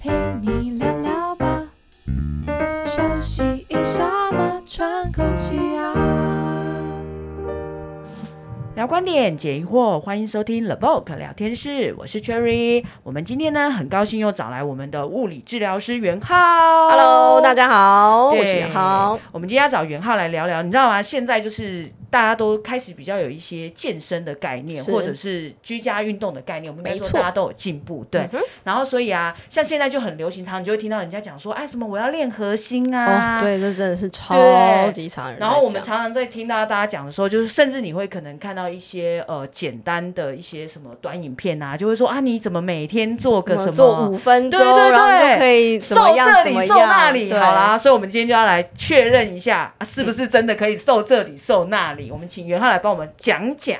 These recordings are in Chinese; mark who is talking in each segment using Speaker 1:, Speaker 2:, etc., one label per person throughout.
Speaker 1: 陪你聊聊吧，休息一下嘛，喘口气啊。
Speaker 2: 聊观点，解疑惑，欢迎收听 The Book 聊天室，我是 Cherry。我们今天呢，很高兴又找来我们的物理治疗师袁浩。
Speaker 3: Hello，大家好，
Speaker 2: 对
Speaker 3: 我是袁豪。
Speaker 2: 我们今天要找袁浩来聊聊，你知道吗？现在就是大家都开始比较有一些健身的概念，
Speaker 3: 是
Speaker 2: 或者是居家运动的概念。我们应该说
Speaker 3: 没错嗯
Speaker 2: 大家都有进步，对。然后所以啊，像现在就很流行，常常就会听到人家讲说，哎，什么我要练核心啊，
Speaker 3: 哦，对，这真的是超
Speaker 2: 对
Speaker 3: 级常人在
Speaker 2: 然
Speaker 3: 讲。
Speaker 2: 后我们常常在听到大家讲的时候，就是甚至你会可能看到一些呃简单的一些什么短影片啊，就会说啊你怎么每天做个
Speaker 3: 我
Speaker 2: 什
Speaker 3: 们
Speaker 2: 么
Speaker 3: 嗯做五分钟，
Speaker 2: 对对对
Speaker 3: 然后就可以怎么
Speaker 2: 瘦
Speaker 3: 样
Speaker 2: 这
Speaker 3: 怎么
Speaker 2: 里
Speaker 3: 样，
Speaker 2: 瘦那里，好
Speaker 3: 对
Speaker 2: 啦，，所以我们今天就要来确认一下、啊、是不是真的可以瘦这里瘦那里。我们请袁浩来帮我们讲讲，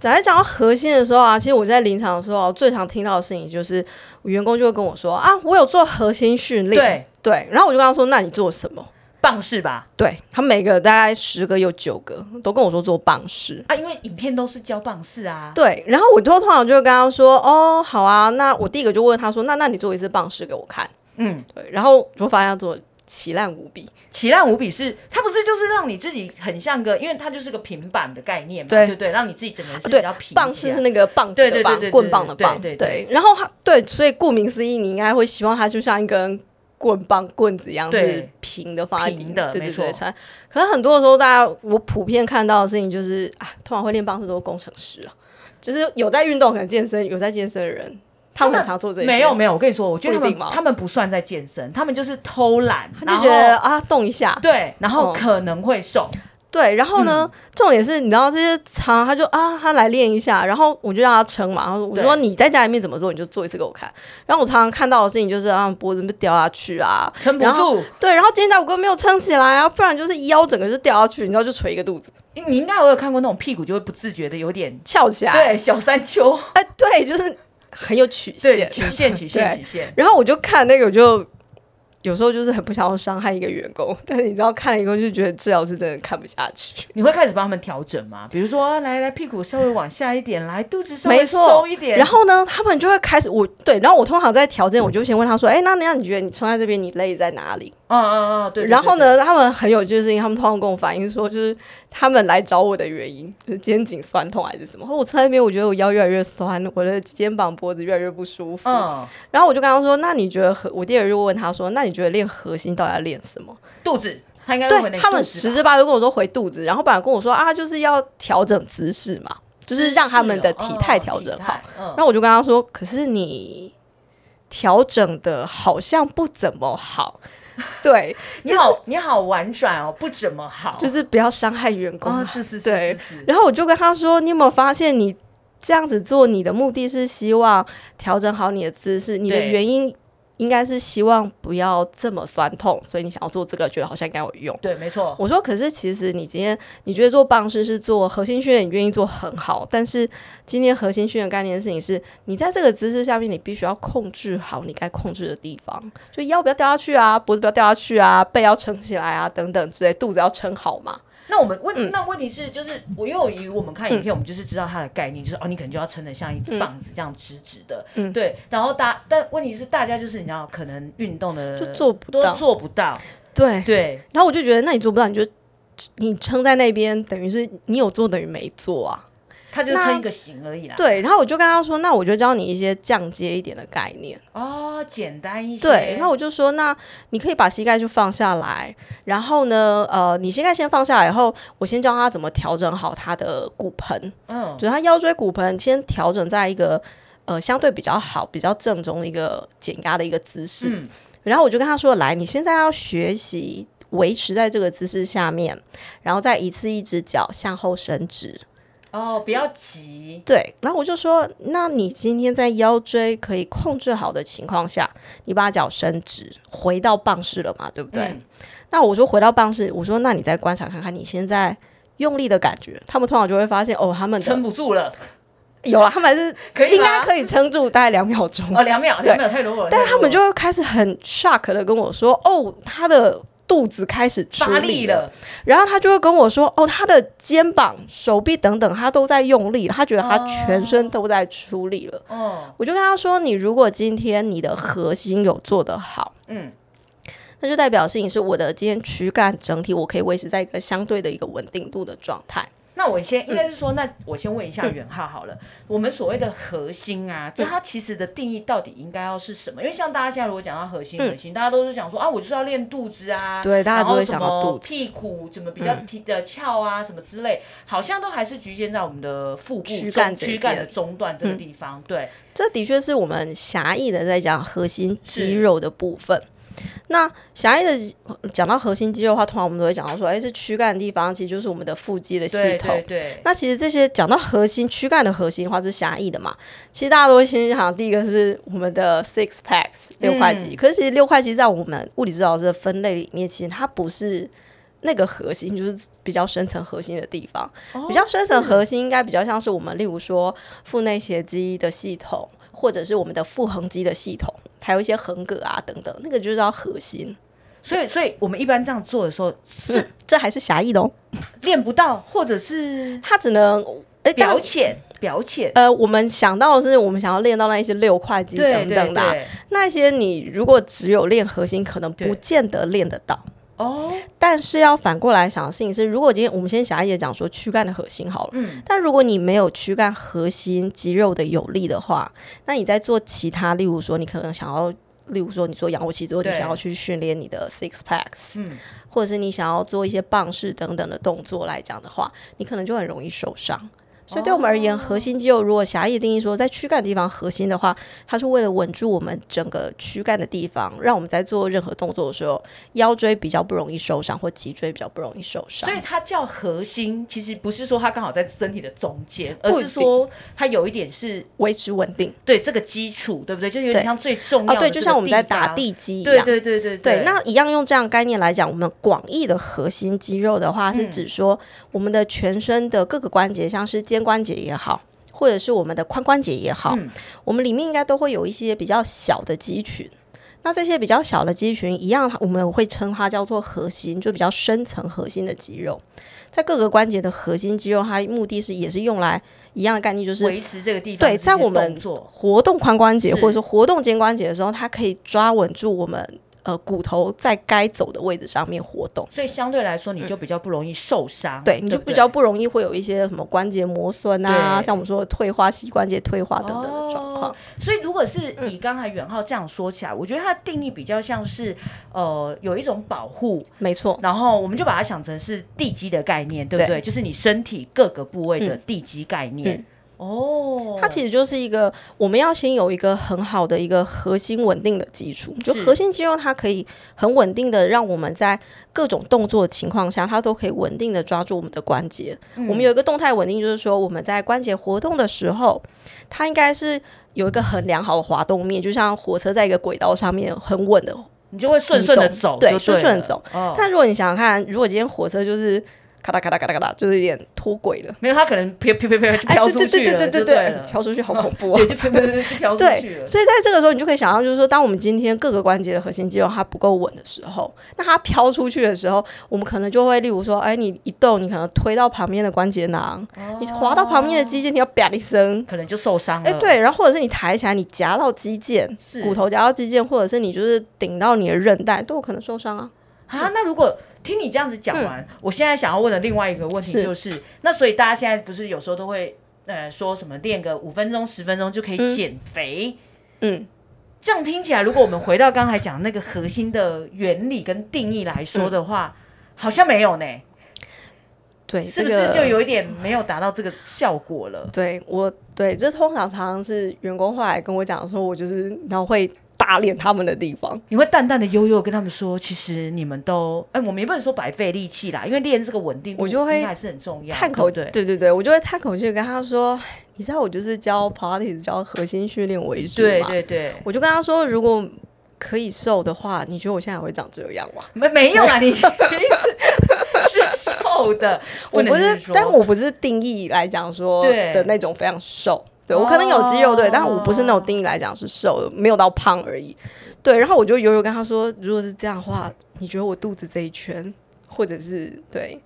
Speaker 3: 讲在讲到核心的时候啊，其实我在临场的时候啊、我最常听到的事情就是，我员工就会跟我说啊，我有做核心训练，
Speaker 2: 对，
Speaker 3: 对，然后我就跟他说，那你做什么？
Speaker 2: 棒式吧
Speaker 3: 对他每个大概十个有九个都跟我说做棒式，
Speaker 2: 啊，因为影片都是教棒式啊，
Speaker 3: 对，然后我就通常就会跟他说，哦，好啊，那我第一个就问他说，那那你做一次棒式给我看，
Speaker 2: 嗯，
Speaker 3: 对，然后我发现他做奇烂无比，
Speaker 2: 奇烂无比是它不是就是让你自己很像个，因为它就是个平板的概念嘛，
Speaker 3: 对啊
Speaker 2: 对不对，让你自己整个人是比
Speaker 3: 对
Speaker 2: 较平，
Speaker 3: 棒式是那个棒
Speaker 2: 对
Speaker 3: 子
Speaker 2: 对
Speaker 3: 的
Speaker 2: 对
Speaker 3: 棒
Speaker 2: 对对，
Speaker 3: 棍棒的棒，
Speaker 2: 对对
Speaker 3: 对，然后他对，所以顾名思义，你应该会希望它就像一根棍棒棍子一样
Speaker 2: 对
Speaker 3: 是平的发
Speaker 2: 平的
Speaker 3: 对
Speaker 2: 没
Speaker 3: 对
Speaker 2: 错
Speaker 3: 对，才。可是很多的时候，大家我普遍看到的事情就是啊，通常会练棒式都是工程师啊，就是有在运动可能健身，有在健身的人，他们很常做这些，
Speaker 2: 没有，没有，我跟你说，我觉得
Speaker 3: 不
Speaker 2: 他
Speaker 3: 一
Speaker 2: 们
Speaker 3: 定吗
Speaker 2: 他们不算在健身，他们就是偷懒，
Speaker 3: 他就觉得
Speaker 2: 然后
Speaker 3: 啊动一下，
Speaker 2: 对，然后
Speaker 3: 嗯
Speaker 2: 可能会瘦，
Speaker 3: 对，然后呢，
Speaker 2: 嗯
Speaker 3: 重点是你知道这些常他就啊，他来练一下，然后我就让他撑嘛，然后我
Speaker 2: 对
Speaker 3: 说你在家里面怎么做，你就做一次给我看。然后我常常看到的事情就是啊，脖子被掉下去啊，
Speaker 2: 撑不
Speaker 3: 然后
Speaker 2: 住。
Speaker 3: 对，然后肩胛骨根没有撑起来啊，不然就是腰整个就掉下去，你知道就垂一个肚子
Speaker 2: 你你应该我有看过那种屁股就会不自觉的有点
Speaker 3: 翘起来，
Speaker 2: 对小山 丘，
Speaker 3: 哎、对，就是很有曲
Speaker 2: 对
Speaker 3: 线。
Speaker 2: 曲线曲线
Speaker 3: 对
Speaker 2: 曲线，
Speaker 3: 然后我就看那个，我就有时候就是很不想要伤害一个员工，但是你知道看了以后就觉得治疗师真的看不下去。
Speaker 2: 你会开始帮他们调整吗？比如说啊来来屁股稍微往下一点，来肚子稍微
Speaker 3: 没错
Speaker 2: 收一点，
Speaker 3: 然后呢，他们就会开始我对，然后我通常在调整，我就先问他说：“哎、那那你觉得你撑在这边，你累在哪里
Speaker 2: 嗯嗯嗯对，对？”
Speaker 3: 然后？呢，他们很有趣的事情，他们通常跟我反映说，就是他们来找我的原因，就是肩颈酸痛还是什么。我撑在那边，我觉得我腰越来越酸，我的肩膀、脖子越来越不舒服。
Speaker 2: 对嗯，
Speaker 3: 然后我就跟他说：“那你觉得核？”我第二日就问他说：“那你觉得练核心到底要练什么？”
Speaker 2: 肚子，他应该认为
Speaker 3: 对
Speaker 2: 那个
Speaker 3: 他们
Speaker 2: 肚子
Speaker 3: 十
Speaker 2: 吧
Speaker 3: 之八九跟我说回肚子，然后本来跟我说啊，就是要调整姿势嘛，就是让他们的
Speaker 2: 是哦
Speaker 3: 体
Speaker 2: 嗯
Speaker 3: 态
Speaker 2: 嗯
Speaker 3: 调
Speaker 2: 体
Speaker 3: 整好。
Speaker 2: 态嗯
Speaker 3: 然后我就跟他说：“可是你调整的好像不怎 么好，对，
Speaker 2: 你好，你好婉转哦，不怎么好，
Speaker 3: 就是不要伤害员工。
Speaker 2: 哦，是是是
Speaker 3: 对
Speaker 2: 是是，
Speaker 3: 然后我就跟他说：“你有没有发现你这样子做，你的目的是希望调整好你的姿势，你的
Speaker 2: 对
Speaker 3: 原因应该是希望不要这么酸痛，所以你想要做这个，觉得好像应该有用。”
Speaker 2: 对，没错，
Speaker 3: 我说，可是其实你今天你觉得做棒式是做核心训练，你愿意做很好，但是今天核心训练概念的事情是，你在这个姿势下面，你必须要控制好你该控制的地方，就腰不要掉下去啊，脖子不要掉下去啊，背要撑起来啊，等等之类，肚子要撑好嘛。
Speaker 2: 那我们问，
Speaker 3: 嗯
Speaker 2: 那问题是，就是我因为我以我们看影片，我们就是知道它的概念，就是哦，你可能就要撑得像一只棒子这样直直的，
Speaker 3: 嗯
Speaker 2: 对。然后大，但问题是大家就是你知道，可能运动的
Speaker 3: 就做不
Speaker 2: 都
Speaker 3: 到
Speaker 2: 做不到，
Speaker 3: 对，
Speaker 2: 对，
Speaker 3: 然后我就觉得，那你做不到，你就你撑在那边，等于是你有做等于没做啊。
Speaker 2: 它就是
Speaker 3: 那
Speaker 2: 撑一个形而已啦。
Speaker 3: 对，然后我就跟他说，那我就教你一些降阶一点的概念。
Speaker 2: 哦，简单一些。
Speaker 3: 对，那我就说，那你可以把膝盖就放下来，然后呢，呃，你膝盖先放下来以后，我先教他怎么调整好他的骨盆，
Speaker 2: 嗯，
Speaker 3: 就是他腰椎骨盆先调整在一个呃相对比较好、比较正宗的一个减压的一个姿势。
Speaker 2: 嗯
Speaker 3: 然后我就跟他说，来，你现在要学习维持在这个姿势下面，然后再一次一只脚向后伸直。
Speaker 2: 哦，不要急，
Speaker 3: 对，然后我就说，那你今天在腰椎可以控制好的情况下，你把脚伸直，回到棒式了嘛，对不对？
Speaker 2: 嗯
Speaker 3: 那我说回到棒式，我说那你再观察看看你现在用力的感觉，他们通常就会发现哦，他们的
Speaker 2: 撑不住了，
Speaker 3: 有了，他们还是
Speaker 2: 可以
Speaker 3: 应该
Speaker 2: 吗？
Speaker 3: 可以撑住大概两秒钟，
Speaker 2: 哦，两秒，
Speaker 3: 对
Speaker 2: 两秒太多了。
Speaker 3: 但
Speaker 2: 太
Speaker 3: 他们
Speaker 2: 弱
Speaker 3: 就会开始很 shock 的跟我说，哦，他的肚子开始出
Speaker 2: 发
Speaker 3: 力
Speaker 2: 力
Speaker 3: 了，
Speaker 2: 了，
Speaker 3: 然后他就会跟我说，哦，他的肩膀、手臂等等，他都在用力了，他觉得他全身都在出力了。
Speaker 2: 哦，
Speaker 3: 我就跟他说，你如果今天你的核心有做得好，
Speaker 2: 嗯，
Speaker 3: 那就代表是你是我的今天躯干整体，我可以维持在一个相对的一个稳定度的状态。
Speaker 2: 那我先应该是
Speaker 3: 嗯
Speaker 2: 说，那我先问一下袁浩好了。我们所谓的核心啊，
Speaker 3: 嗯
Speaker 2: 这它其实的定义到底应该要是什么？因为像大家现在如果讲到核心，
Speaker 3: 嗯
Speaker 2: 核心，大家都是讲说啊，我就是要练肚子啊，
Speaker 3: 对大家
Speaker 2: 然
Speaker 3: 只
Speaker 2: 后
Speaker 3: 会
Speaker 2: 什
Speaker 3: 想到
Speaker 2: 么
Speaker 3: 肚子嗯
Speaker 2: 屁股怎么比较提的翘啊，什么之类，好像都还是局限在我们的腹部
Speaker 3: 躯
Speaker 2: 中
Speaker 3: 干这
Speaker 2: 躯干
Speaker 3: 边嗯哎
Speaker 2: 的中段这个地方。对，
Speaker 3: 这的确是我们狭义的在讲核心肌肉的部分。那狭义的讲到核心肌肉的话，通常我们都会讲到说，哎，是躯干的地方，其实就是我们的腹肌的系
Speaker 2: 对
Speaker 3: 统
Speaker 2: 对。对，
Speaker 3: 那其实这些讲到核心躯干的核心的话，这是狭义的嘛。其实大家都会先想，第一个是我们的 six packs 六块肌，可是其实六块肌在我们物理治疗师的分类里面，其实它不是那个核心，就是比较深层核心的地方。比较深层核心应该比较像是我们，例如说腹内斜肌的系统，或者是我们的腹横肌的系统，还有一些横膈啊等等，那个就叫核心。
Speaker 2: 所以所以我们一般这样做的时候是
Speaker 3: 嗯，这还是狭义的哦，
Speaker 2: 练不到，或者是
Speaker 3: 它只能哎，当
Speaker 2: 表浅表浅，
Speaker 3: 呃，我们想到的是我们想要练到那一些六块肌
Speaker 2: 对
Speaker 3: 等
Speaker 2: 对
Speaker 3: 等的啊、
Speaker 2: 对，
Speaker 3: 那些你如果只有练核心，可能
Speaker 2: 对
Speaker 3: 不见得练得到。
Speaker 2: 哦，
Speaker 3: 但是要反过来想的事情是，如果今天我们先狭义的讲说躯干的核心好了，
Speaker 2: 嗯，
Speaker 3: 但如果你没有躯干核心肌肉的有力的话，那你在做其他，例如说你可能想要，例如说你做仰卧起坐，你
Speaker 2: 对
Speaker 3: 想要去训练你的 six packs，
Speaker 2: 嗯
Speaker 3: 或者是你想要做一些棒式等等的动作来讲的话，你可能就很容易受伤。所以对我们而言，核心肌肉如果狭义定义说在躯干地方核心的话，它是为了稳住我们整个躯干的地方，让我们在做任何动作的时候，腰椎比较不容易受伤，或脊椎比较不容易受伤
Speaker 2: 所。以它叫核心，其实不是说它刚好在身体的中间，而
Speaker 3: 不一
Speaker 2: 是
Speaker 3: 定
Speaker 2: 说它有一点是
Speaker 3: 维持稳定
Speaker 2: 对这个基础，对不对？就有点
Speaker 3: 对
Speaker 2: 像最重要
Speaker 3: 啊，
Speaker 2: 的、
Speaker 3: 对，就像我们在打，地基一
Speaker 2: 对
Speaker 3: 样。
Speaker 2: 对对对
Speaker 3: 对，那一样用这样概念来讲，我们广义的核心肌肉的话，是
Speaker 2: 嗯
Speaker 3: 指说我们的全身的各个关节，像是肩关节也好，或者是我们的髋关节也好，
Speaker 2: 嗯
Speaker 3: 我们里面应该都会有一些比较小的肌群。那这些比较小的肌群，一样我们会称它叫做核心，就比较深层核心的肌肉。在各个关节的核心肌肉，它目的是也是用来一样的概念，就是
Speaker 2: 维持这个地方
Speaker 3: 对，
Speaker 2: 之
Speaker 3: 在
Speaker 2: 间
Speaker 3: 我们
Speaker 2: 动作
Speaker 3: 活动髋关节
Speaker 2: 是
Speaker 3: 或者说活动肩关节的时候，它可以抓稳住我们呃骨头在该走的位置上面活动。
Speaker 2: 所以相对来说你就比较不容易受伤，
Speaker 3: 嗯对，你就
Speaker 2: 不
Speaker 3: 比较不容易会有一些什么关节磨损啊，
Speaker 2: 对
Speaker 3: 像我们说的退化、膝关节退化等等的状况。
Speaker 2: 哦所以，如果是以刚才袁浩这样说起来，我觉得它的定义比较像是，呃，有一种保护，
Speaker 3: 没错，
Speaker 2: 然后我们就把它想成是地基的概念，对不对？
Speaker 3: 对
Speaker 2: 就是你身体各个部位的地基概念。
Speaker 3: 嗯
Speaker 2: 哦，
Speaker 3: 它其实就是一个我们要先有一个很好的一个核心稳定的基础，就是核心肌肉它可以很稳定的让我们在各种动作的情况下，它都可以稳定的抓住我们的关节。我们有一个动态稳定，就是说我们在关节活动的时候，它应该是有一个很良好的滑动面，就像火车在一个轨道上面很稳的。
Speaker 2: 你就会顺顺的走，
Speaker 3: 移动对
Speaker 2: 就
Speaker 3: 顺顺地
Speaker 2: 了
Speaker 3: 走。
Speaker 2: 哦
Speaker 3: 但如果你想想看，如果今天火车就是咔哒咔哒咔哒咔哒，就是有点脱轨了。
Speaker 2: 没有，他可能飘飘飘飘就
Speaker 3: 哎，
Speaker 2: 飘
Speaker 3: 对
Speaker 2: 出去
Speaker 3: 对
Speaker 2: 了，
Speaker 3: 对对对
Speaker 2: 就
Speaker 3: 对
Speaker 2: 对
Speaker 3: 对
Speaker 2: 了，，
Speaker 3: 飘出去好恐怖哦！
Speaker 2: 对，就飘飘飘就飘出去了。
Speaker 3: 所以在这个时候，你就可以想象，就是说，当我们今天各个关节的核心肌肉它不够稳的时候，那它飘出去的时候，我们可能就会，例如说，哎，你一动，你可能推到旁边的关节囊，你滑到旁边的肌腱，你要啪的一声，
Speaker 2: 可能就受伤了。
Speaker 3: 哎，，对，然后或者是你抬起来，你夹到肌腱，
Speaker 2: 是
Speaker 3: 骨头夹到肌腱，或者是你就是顶到你的韧带，都有可能受伤啊。
Speaker 2: 啊。那如果听你这样子讲完，我现在想要问的另外一个问题
Speaker 3: 嗯是
Speaker 2: 就是，那所以大家现在不是有时候都会呃说什么练个五分钟、十分钟就可以
Speaker 3: 嗯
Speaker 2: 减肥？
Speaker 3: 嗯，
Speaker 2: 这样听起来，如果我们回到刚才讲那个核心的原理跟定义来说的话，好像没有呢，
Speaker 3: 对，
Speaker 2: 是不
Speaker 3: 嗯哎这
Speaker 2: 是
Speaker 3: 个
Speaker 2: 就有一点没有达到这个效果了？
Speaker 3: 对我对，这通常常常是员工后来跟我讲说，我就是然后会打脸他们的地方。
Speaker 2: 你会淡淡的悠悠地跟他们说，其实你们都，哎，我们也不能说白费力气啦，因为练这个稳定度，
Speaker 3: 我就会
Speaker 2: 应该还是很重要，
Speaker 3: 探口
Speaker 2: 对不对。
Speaker 3: 对对对，我就会探口去跟他说，你知道我就是教 Pilates 教核心训练为主
Speaker 2: 对
Speaker 3: 嘛，
Speaker 2: 对对，
Speaker 3: 我就跟他说，如果可以瘦的话，你觉得我现在会长这样吗？
Speaker 2: 没没有啊啦，你你是是瘦的，
Speaker 3: 我
Speaker 2: 能
Speaker 3: 不是
Speaker 2: 是说，
Speaker 3: 但我不是定义来讲说
Speaker 2: 对
Speaker 3: 的那种非常瘦，对我可能有肌肉对，
Speaker 2: 哦
Speaker 3: 但我不是那种定义来讲是瘦的，没有到胖而已。对，然后我就悠悠跟他说，如果是这样的话，你觉得我肚子这一圈，或者是对，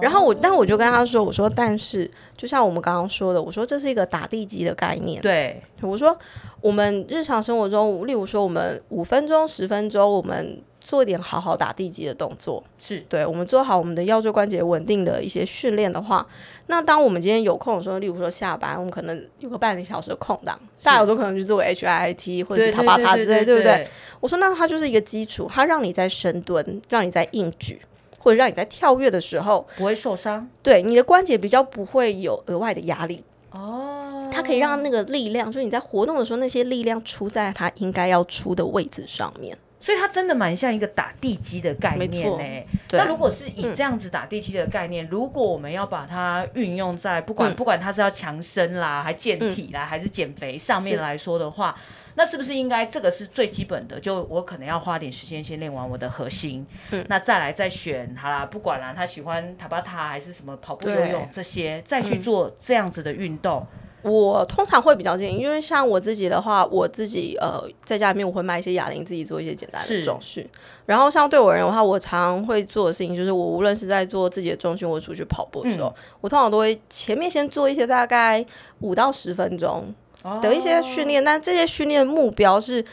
Speaker 3: 然后
Speaker 2: 哦
Speaker 3: 我，但我就跟他说，我说，但是就像我们刚刚说的，我说这是一个打地基的概念。
Speaker 2: 对，
Speaker 3: 我说我们日常生活中，例如说我们五分钟、十分钟，我们做一点好好打地基的动作，
Speaker 2: 是
Speaker 3: 对我们做好我们的腰椎关节稳定的一些训练的话，那当我们今天有空的时候，例如说下班，我们可能有个半个小时的空档，大家有时候可能去做 HIIT 或者
Speaker 2: 对
Speaker 3: 是塔巴塔之类，对不对？
Speaker 2: 对？
Speaker 3: 我说那它就是一个基础，它让你在深蹲，让你在硬举，或者让你在跳跃的时候，
Speaker 2: 不会受伤
Speaker 3: 对你的关节比较不会有额外的压力，
Speaker 2: 哦。
Speaker 3: 它可以让那个力量，就是你在活动的时候，那些力量出在它应该要出的位置上面。
Speaker 2: 所以它真的蛮像一个打地基的概
Speaker 3: 没
Speaker 2: 念
Speaker 3: 错
Speaker 2: 呢、
Speaker 3: 对
Speaker 2: 那，如果是以这样子打地基的概念，如果我们要把它运用在不管、
Speaker 3: 嗯
Speaker 2: 不管它是要强身啦，还健体啦，还是减肥上面
Speaker 3: 是
Speaker 2: 来说的话，那是不是应该这个是最基本的？就我可能要花点时间先练完我的核心，
Speaker 3: 嗯
Speaker 2: 那再来再选好啦，不管啦，他喜欢塔巴塔还是什么跑步、游
Speaker 3: 对嗯
Speaker 2: 泳这些，再去做这样子的运动。
Speaker 3: 我通常会比较建议，因为像我自己的话，我自己呃在家里面我会买一些哑铃，自己做一些简单
Speaker 2: 是
Speaker 3: 的重训。然后像对我而言的话，我常会做的事情就是，我无论是在做自己的重训，我出去跑步的时候，我通常都会前面先做一些大概五到十分钟的一些训练，但这些训练目标是。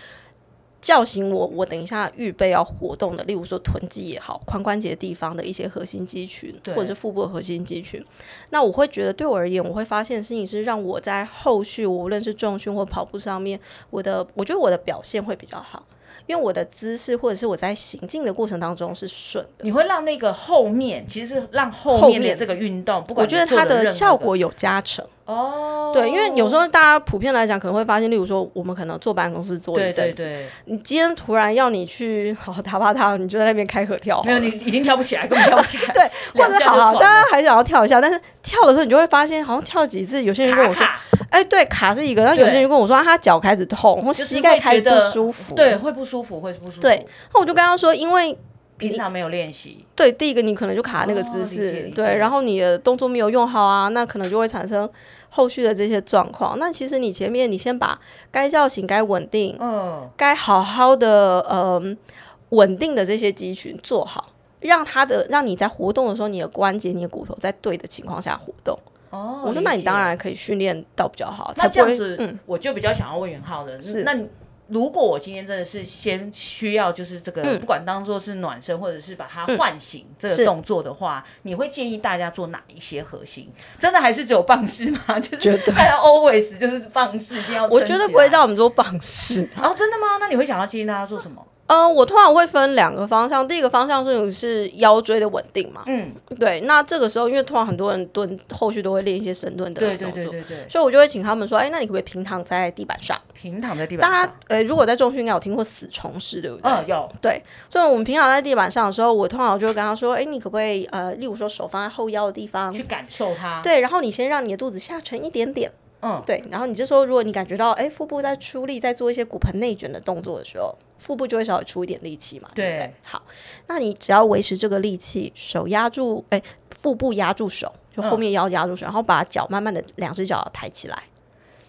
Speaker 3: 叫醒我，我等一下预备要活动的，例如说臀肌也好，髋关节地方的一些核心肌群，
Speaker 2: 对
Speaker 3: 或者是腹部的核心肌群。那我会觉得，对我而言，我会发现的事情是让我在后续，无论是重训或跑步上面，我的我觉得我的表现会比较好，因为我的姿势或者是我在行进的过程当中是顺的。
Speaker 2: 你会让那个后面，其实是让后
Speaker 3: 后
Speaker 2: 面的
Speaker 3: 面
Speaker 2: 这个运动，不管
Speaker 3: 我
Speaker 2: 你
Speaker 3: 觉得
Speaker 2: 做
Speaker 3: 它
Speaker 2: 的
Speaker 3: 的
Speaker 2: 任何
Speaker 3: 效
Speaker 2: 的
Speaker 3: 果有加成，
Speaker 2: 哦，
Speaker 3: 对，因为有时候大家普遍来讲可能会发现，例如说我们可能坐办公室坐一
Speaker 2: 对
Speaker 3: 阵子，
Speaker 2: 对对，
Speaker 3: 你今天突然要你去好好打巴他，你就在那边开合跳好了，
Speaker 2: 没有，你已经跳不起来，根本跳不起来。
Speaker 3: 对，或
Speaker 2: 两 下
Speaker 3: 者是
Speaker 2: 就
Speaker 3: 好
Speaker 2: 爽
Speaker 3: 好，
Speaker 2: 了
Speaker 3: 大家还想要跳一下，但是跳的时候你就会发现，好像跳几次，有些人跟我说，
Speaker 2: 卡卡
Speaker 3: 哎，对，卡是一个，然后有些人就跟我说啊他脚开始痛，或
Speaker 2: 就是
Speaker 3: 膝盖
Speaker 2: 会
Speaker 3: 开始
Speaker 2: 觉
Speaker 3: 不
Speaker 2: 得
Speaker 3: 舒服。
Speaker 2: 对，，会不舒服，会不舒服。
Speaker 3: 对，那我就跟他说，因为
Speaker 2: 平常没有练习，
Speaker 3: 对第一个你可能就卡那个
Speaker 2: 哦理
Speaker 3: 姿
Speaker 2: 解
Speaker 3: 势，
Speaker 2: 理解
Speaker 3: 对，然后你的动作没有用好啊，那可能就会产生后续的这些状况。那其实你前面你先把该叫醒、该稳定、
Speaker 2: 嗯，
Speaker 3: 该好好的嗯稳定的这些肌群做好。让他的让你在活动的时候，你的关节、你的骨头在对的情况下活动，
Speaker 2: 哦，
Speaker 3: 我说
Speaker 2: 理
Speaker 3: 那你
Speaker 2: 解
Speaker 3: 当，然可以训练到比较好，
Speaker 2: 那
Speaker 3: 才
Speaker 2: 这样
Speaker 3: 不会
Speaker 2: 子，
Speaker 3: 嗯
Speaker 2: 我就比较想要问袁浩的，
Speaker 3: 是
Speaker 2: 那你如果我今天真的是先需要就是这个，
Speaker 3: 嗯
Speaker 2: 不管当做是暖身或者是把它
Speaker 3: 嗯
Speaker 2: 唤醒这个
Speaker 3: 是
Speaker 2: 动作的话，
Speaker 3: 嗯
Speaker 2: 你会建议大家做哪一些核心？真的还是只有棒式吗？ 就是
Speaker 3: 绝对
Speaker 2: 大家 always 就是棒式一定要，
Speaker 3: 我绝对不会让。我们做棒式。
Speaker 2: 哦，真的吗？那你会想要建议大家做什么？
Speaker 3: 呃，我通常会分两个方向，第一个方向是是腰椎的稳定嘛，
Speaker 2: 嗯，
Speaker 3: 对。那这个时候，因为通常很多人蹲，后续都会练一些深蹲的
Speaker 2: 对
Speaker 3: 动
Speaker 2: 对
Speaker 3: 作，
Speaker 2: 对对对，
Speaker 3: 所以我就会请他们说，哎，那你可不可以平躺在地板上？
Speaker 2: 平躺在地板
Speaker 3: 大
Speaker 2: 上
Speaker 3: 家。呃，如果在重训应该有听过死虫式，对不对？
Speaker 2: 嗯，有
Speaker 3: 对，所以我们平躺在地板上的时候，我通常就会跟他说，哎，你可不可以呃，例如说手放在后腰的地方
Speaker 2: 去，感受它。，
Speaker 3: 对，然后你先让你的肚子下沉一点点。
Speaker 2: 嗯，
Speaker 3: 对，然后你这时候如果你感觉到哎腹部在出力，在做一些骨盆内卷的动作的时候，腹部就会稍微出一点力气嘛，对不
Speaker 2: 对
Speaker 3: 对？好，那你只要维持这个力气，手压住，哎，腹部压住手，就后面腰压住手，然后把脚慢慢的两只脚抬起 来，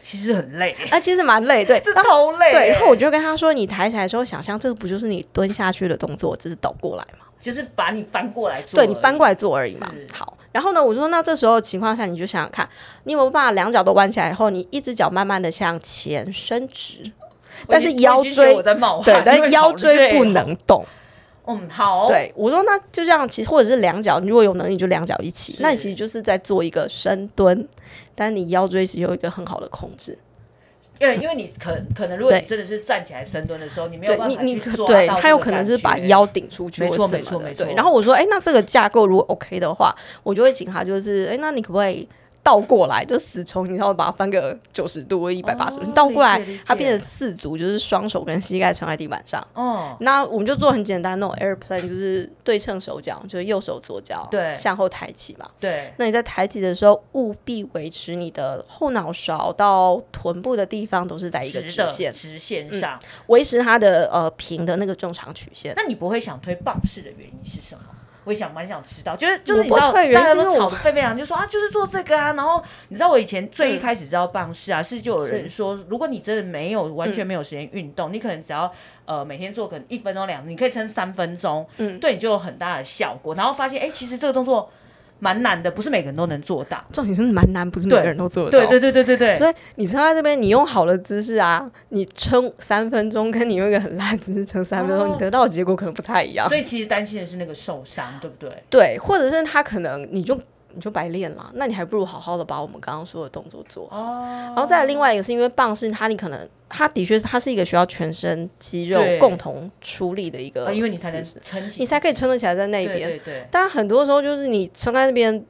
Speaker 2: 其实很累，
Speaker 3: 啊，其实蛮累，对，
Speaker 2: 这
Speaker 3: 然后
Speaker 2: 超累欸。
Speaker 3: 对，然后我就跟他说，你抬起来之后，想象这个不就是你蹲下去的动作，只是倒过来嘛，
Speaker 2: 就是把你翻过来做而
Speaker 3: 对
Speaker 2: 已，
Speaker 3: 你翻过来做而已嘛
Speaker 2: 是。
Speaker 3: 好，然后呢，我说那这时候情况下，你就想想看，你有没有办法两脚都弯起来以后，你一只脚慢慢的向前伸直，
Speaker 2: 我已经，
Speaker 3: 但是腰
Speaker 2: 我已经觉得
Speaker 3: 椎
Speaker 2: 我在冒汗，
Speaker 3: 对，
Speaker 2: 因
Speaker 3: 但
Speaker 2: 为
Speaker 3: 腰椎
Speaker 2: 好哦
Speaker 3: 不
Speaker 2: 累。
Speaker 3: 能动。
Speaker 2: 嗯，好，，
Speaker 3: 对，我说那就这样，其实或者是两脚，你如果有能力就两脚一起。
Speaker 2: 是
Speaker 3: 那你其实就是在做一个深蹲，但你腰椎是有一个很好的控制。
Speaker 2: 因为因为你可可能如果你
Speaker 3: 对
Speaker 2: 真的是站起来深蹲的时候，你没有
Speaker 3: 对
Speaker 2: 办
Speaker 3: 你
Speaker 2: 法
Speaker 3: 你
Speaker 2: 去
Speaker 3: 可
Speaker 2: 抓
Speaker 3: 对
Speaker 2: 到这
Speaker 3: 他有
Speaker 2: 个
Speaker 3: 可能
Speaker 2: 感
Speaker 3: 是把
Speaker 2: 觉
Speaker 3: 腰顶出去
Speaker 2: 没
Speaker 3: 或
Speaker 2: 错
Speaker 3: 什
Speaker 2: 没错
Speaker 3: 么
Speaker 2: 没
Speaker 3: 的。
Speaker 2: 错
Speaker 3: 对，然后我说，哎，那这个架构如果 OK 的话，我就会请他就是，哎，那你可不可以？倒过来就死虫，你知道把它翻个九十度或一百八十度，
Speaker 2: 哦
Speaker 3: 你倒过来
Speaker 2: 理解理解，
Speaker 3: 它变成四足，就是双手跟膝盖撑在地板上。
Speaker 2: 哦，
Speaker 3: 那我们就做很简单那种 airplane，就是对称手脚，就是右手左脚，
Speaker 2: 对
Speaker 3: 向后抬起嘛。
Speaker 2: 对，
Speaker 3: 那你在抬起的时候，务必维持你的后脑勺到臀部的地方都是在一个
Speaker 2: 直
Speaker 3: 直
Speaker 2: 的
Speaker 3: 线，
Speaker 2: 直线
Speaker 3: 嗯
Speaker 2: 上。
Speaker 3: 维持它的呃平的那个正常曲线。
Speaker 2: 那你不会想推棒式的原因是什么？我也想蛮想吃到，就是就是
Speaker 3: 我
Speaker 2: 你
Speaker 3: 不
Speaker 2: 知道，
Speaker 3: 退原
Speaker 2: 大家
Speaker 3: 是因
Speaker 2: 都
Speaker 3: 为
Speaker 2: 吵
Speaker 3: 我
Speaker 2: 得沸沸扬，就说啊，就是做这个啊。然后你知道我以前最一
Speaker 3: 嗯
Speaker 2: 开始知道棒式啊，是就有人
Speaker 3: 是嗯
Speaker 2: 说，如果你真的没有完全没有时间运动，你可能只要呃每天做可能一分钟两，你可以撑三分钟，
Speaker 3: 嗯
Speaker 2: 对你就有很大的效果。然后发现哎、其实这个动作蛮难的，不是每个人都能做到。
Speaker 3: 重点是蛮难，不是每
Speaker 2: 对
Speaker 3: 个人都做得到。
Speaker 2: 对对对对对对，
Speaker 3: 所以你撑在这边，你用好的姿势啊，你撑三分钟，跟你用一个很烂姿势撑三分钟，
Speaker 2: 哦
Speaker 3: 你得到的结果可能不太一样。
Speaker 2: 所以其实担心的是那个受伤，对不对？
Speaker 3: 对，或者是他可能你就你就白练了，那你还不如好好的把我们刚刚说的动作做好。
Speaker 2: 哦
Speaker 3: 然后再来另外一个是因为棒是它，你可能它的确是它是一个需要全身肌肉
Speaker 2: 对
Speaker 3: 共同处理的一个姿势、
Speaker 2: 啊，因为你才能撑起，
Speaker 3: 呃你才可以撑得起来在那边。
Speaker 2: 对对对，
Speaker 3: 但很多时候就是你撑在那边，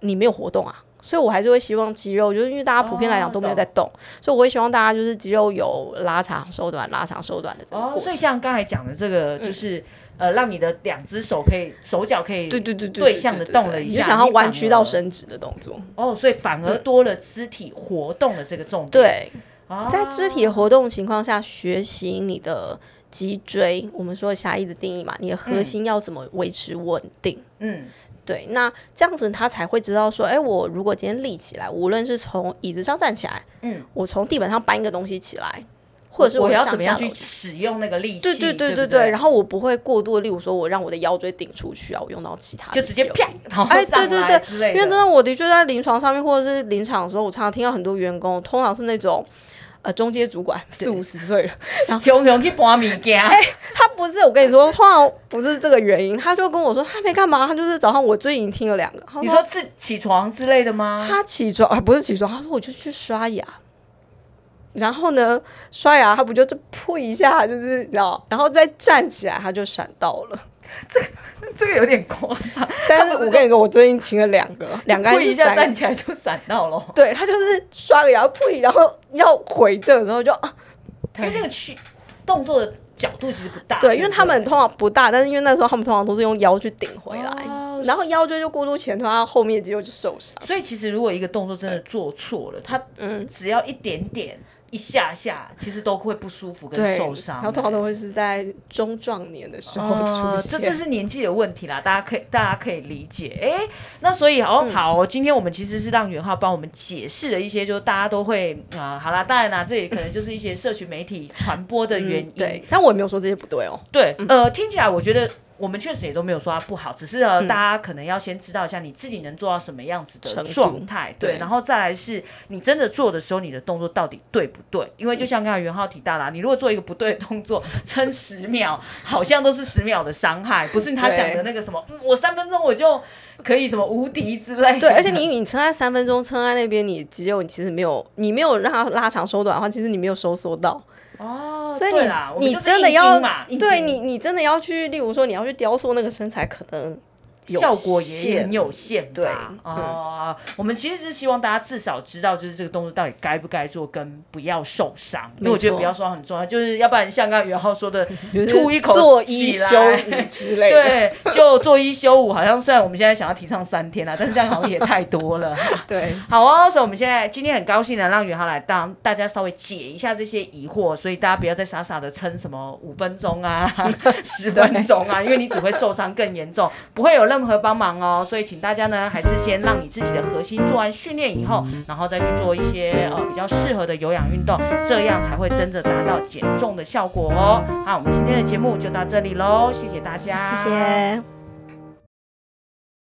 Speaker 3: 你没有活动啊，所以我还是会希望肌肉，就是因为大家普遍来
Speaker 2: 哦
Speaker 3: 讲都没有在动，所以我会希望大家就是肌肉有拉长、收短、拉长、收短的这个
Speaker 2: 哦，
Speaker 3: 过嗯
Speaker 2: 所
Speaker 3: 程。
Speaker 2: 以像刚才讲的这个，就是、呃，让你的两只手可以手脚可以
Speaker 3: 对对对
Speaker 2: 对向地动了一
Speaker 3: 你
Speaker 2: 下
Speaker 3: 就想要
Speaker 2: 你反
Speaker 3: 弯曲到
Speaker 2: 而
Speaker 3: 伸直的动作。
Speaker 2: 哦，所以反而多了肢体活动的这个重点。，
Speaker 3: 嗯对，
Speaker 2: 哦、
Speaker 3: 在肢体活动情况下，学习你的脊椎，我们说狭义的定义嘛，你的核心要怎么维持稳定？
Speaker 2: 嗯
Speaker 3: 对，那这样子他才会知道说，哎、我如果今天立起来，无论是从椅子上站起来，
Speaker 2: 嗯，
Speaker 3: 我从地板上搬一个东西起来，或者是
Speaker 2: 我要
Speaker 3: 上
Speaker 2: 怎么
Speaker 3: 下
Speaker 2: 样去
Speaker 3: 楼梯
Speaker 2: 使用那个力气？
Speaker 3: 对对
Speaker 2: 对
Speaker 3: 对
Speaker 2: 不对
Speaker 3: 对，然后我不会过度，例如说我让我的腰椎顶出去啊，我用到其他的
Speaker 2: 就直接
Speaker 3: 肌肉
Speaker 2: 啪，然后
Speaker 3: 哎
Speaker 2: 上
Speaker 3: 对对
Speaker 2: 来
Speaker 3: 对
Speaker 2: 之类
Speaker 3: 因为真
Speaker 2: 的
Speaker 3: 的，我的确在临床上面或者是临场的时候，我常常听到很多员工，通常是那种呃中阶主管四五十岁了，
Speaker 2: 熊熊去搬啊物件，
Speaker 3: 他不是我跟你说，通常不是这个原因，他就跟我说他没干嘛，他就是早上我最近听了两个，他
Speaker 2: 你说自起床之类的吗？
Speaker 3: 他起床啊，不是起床，他说我就去刷牙。然后呢，刷牙他不就就扑一下，就是你知道，然后再站起来他就闪到 了。
Speaker 2: 这个有点夸张，
Speaker 3: 但是我跟你说，我最近请了两 个，两个还
Speaker 2: 扑
Speaker 3: 是
Speaker 2: 一下
Speaker 3: 三个
Speaker 2: 站起来就闪到了。
Speaker 3: 对他就是刷个牙扑一，然后要回正的时候就、啊、
Speaker 2: 因为那个去动作的角度其实不大，不
Speaker 3: 对，因为他们通常不大，但是因为那时候他们通常都是用腰去顶回来，
Speaker 2: 哦
Speaker 3: 然后腰椎就过度前推，他后面肌肉就受伤。
Speaker 2: 所以其实如果一个动作真的做错了，他
Speaker 3: 嗯，
Speaker 2: 只要一点点、一下下，其实都会不舒服跟
Speaker 3: 对，
Speaker 2: 受伤。
Speaker 3: 然后通常都会是在中壮年的时候
Speaker 2: 呃
Speaker 3: 出
Speaker 2: 这
Speaker 3: 现。
Speaker 2: 这是年纪的问题啦，大家可以大家可以理解。哎，那所以
Speaker 3: 嗯
Speaker 2: 好好哦、今天我们其实是让元浩帮我们解释了一些，就是大家都会啊、好啦，当然啦，这也可能就是一些社群媒体传播的原因。
Speaker 3: 嗯。对，但我也没有说这些不 对哦。
Speaker 2: 对，呃，听起来我觉得我们确实也都没有说它不好，只是呃，
Speaker 3: 嗯
Speaker 2: 大家可能要先知道一下你自己能做到什么样子的
Speaker 3: 程度
Speaker 2: 状态，对，
Speaker 3: 对
Speaker 2: 然后再来是你真的做的时候，你的动作到底对不对？因为
Speaker 3: 嗯
Speaker 2: 就像刚才袁浩提到啊啦，你如果做一个不对的动作， 撑十秒，好像都是十秒的伤害，不是他
Speaker 3: 对
Speaker 2: 想的那个什么，嗯我三分钟我就可以什么无敌之类的。
Speaker 3: 对，而且你你撑在三分钟，撑在那边，你肌肉你其实没有，你没有让它拉长收短的话，其实你没有收缩到，
Speaker 2: 哦，
Speaker 3: 所以
Speaker 2: 对啦我
Speaker 3: 你
Speaker 2: 们
Speaker 3: 你
Speaker 2: 就是
Speaker 3: 真的
Speaker 2: 硬盯
Speaker 3: 要
Speaker 2: 嘛硬
Speaker 3: 对
Speaker 2: 盯
Speaker 3: 你你真的要去，例如说你要去雕塑那个身材，可能有
Speaker 2: 效果也
Speaker 3: 限
Speaker 2: 很有限吧。
Speaker 3: 对嗯
Speaker 2: 哦、我们其实是希望大家至少知道，就是这个动作到底该不该做，跟不要受伤。因为我觉得
Speaker 3: 没错
Speaker 2: 不要受伤很重要，就是要不然像刚才袁浩说的，
Speaker 3: 就是
Speaker 2: 吐一口
Speaker 3: 做一
Speaker 2: 起来
Speaker 3: 休五之类的。
Speaker 2: 对，就做一休五，好像虽然我们现在想要提倡三天啦，啊但是这样好像也太多了。
Speaker 3: 对，
Speaker 2: 好哦，所以我们现在今天很高兴能让元浩来当大家稍微解一下这些疑惑，所以大家不要再傻傻的撑什么五分钟 啊、十分钟 啊，因为你只会受伤更严重，不会有任何帮忙哦。所以请大家呢，还是先让你自己的核心做完训练以后，然后再去做一些呃比较适合的有氧运动，这样才会真的达到减重的效果哦。那我们今天的节目就到这里喽，谢谢大家，
Speaker 3: 谢谢。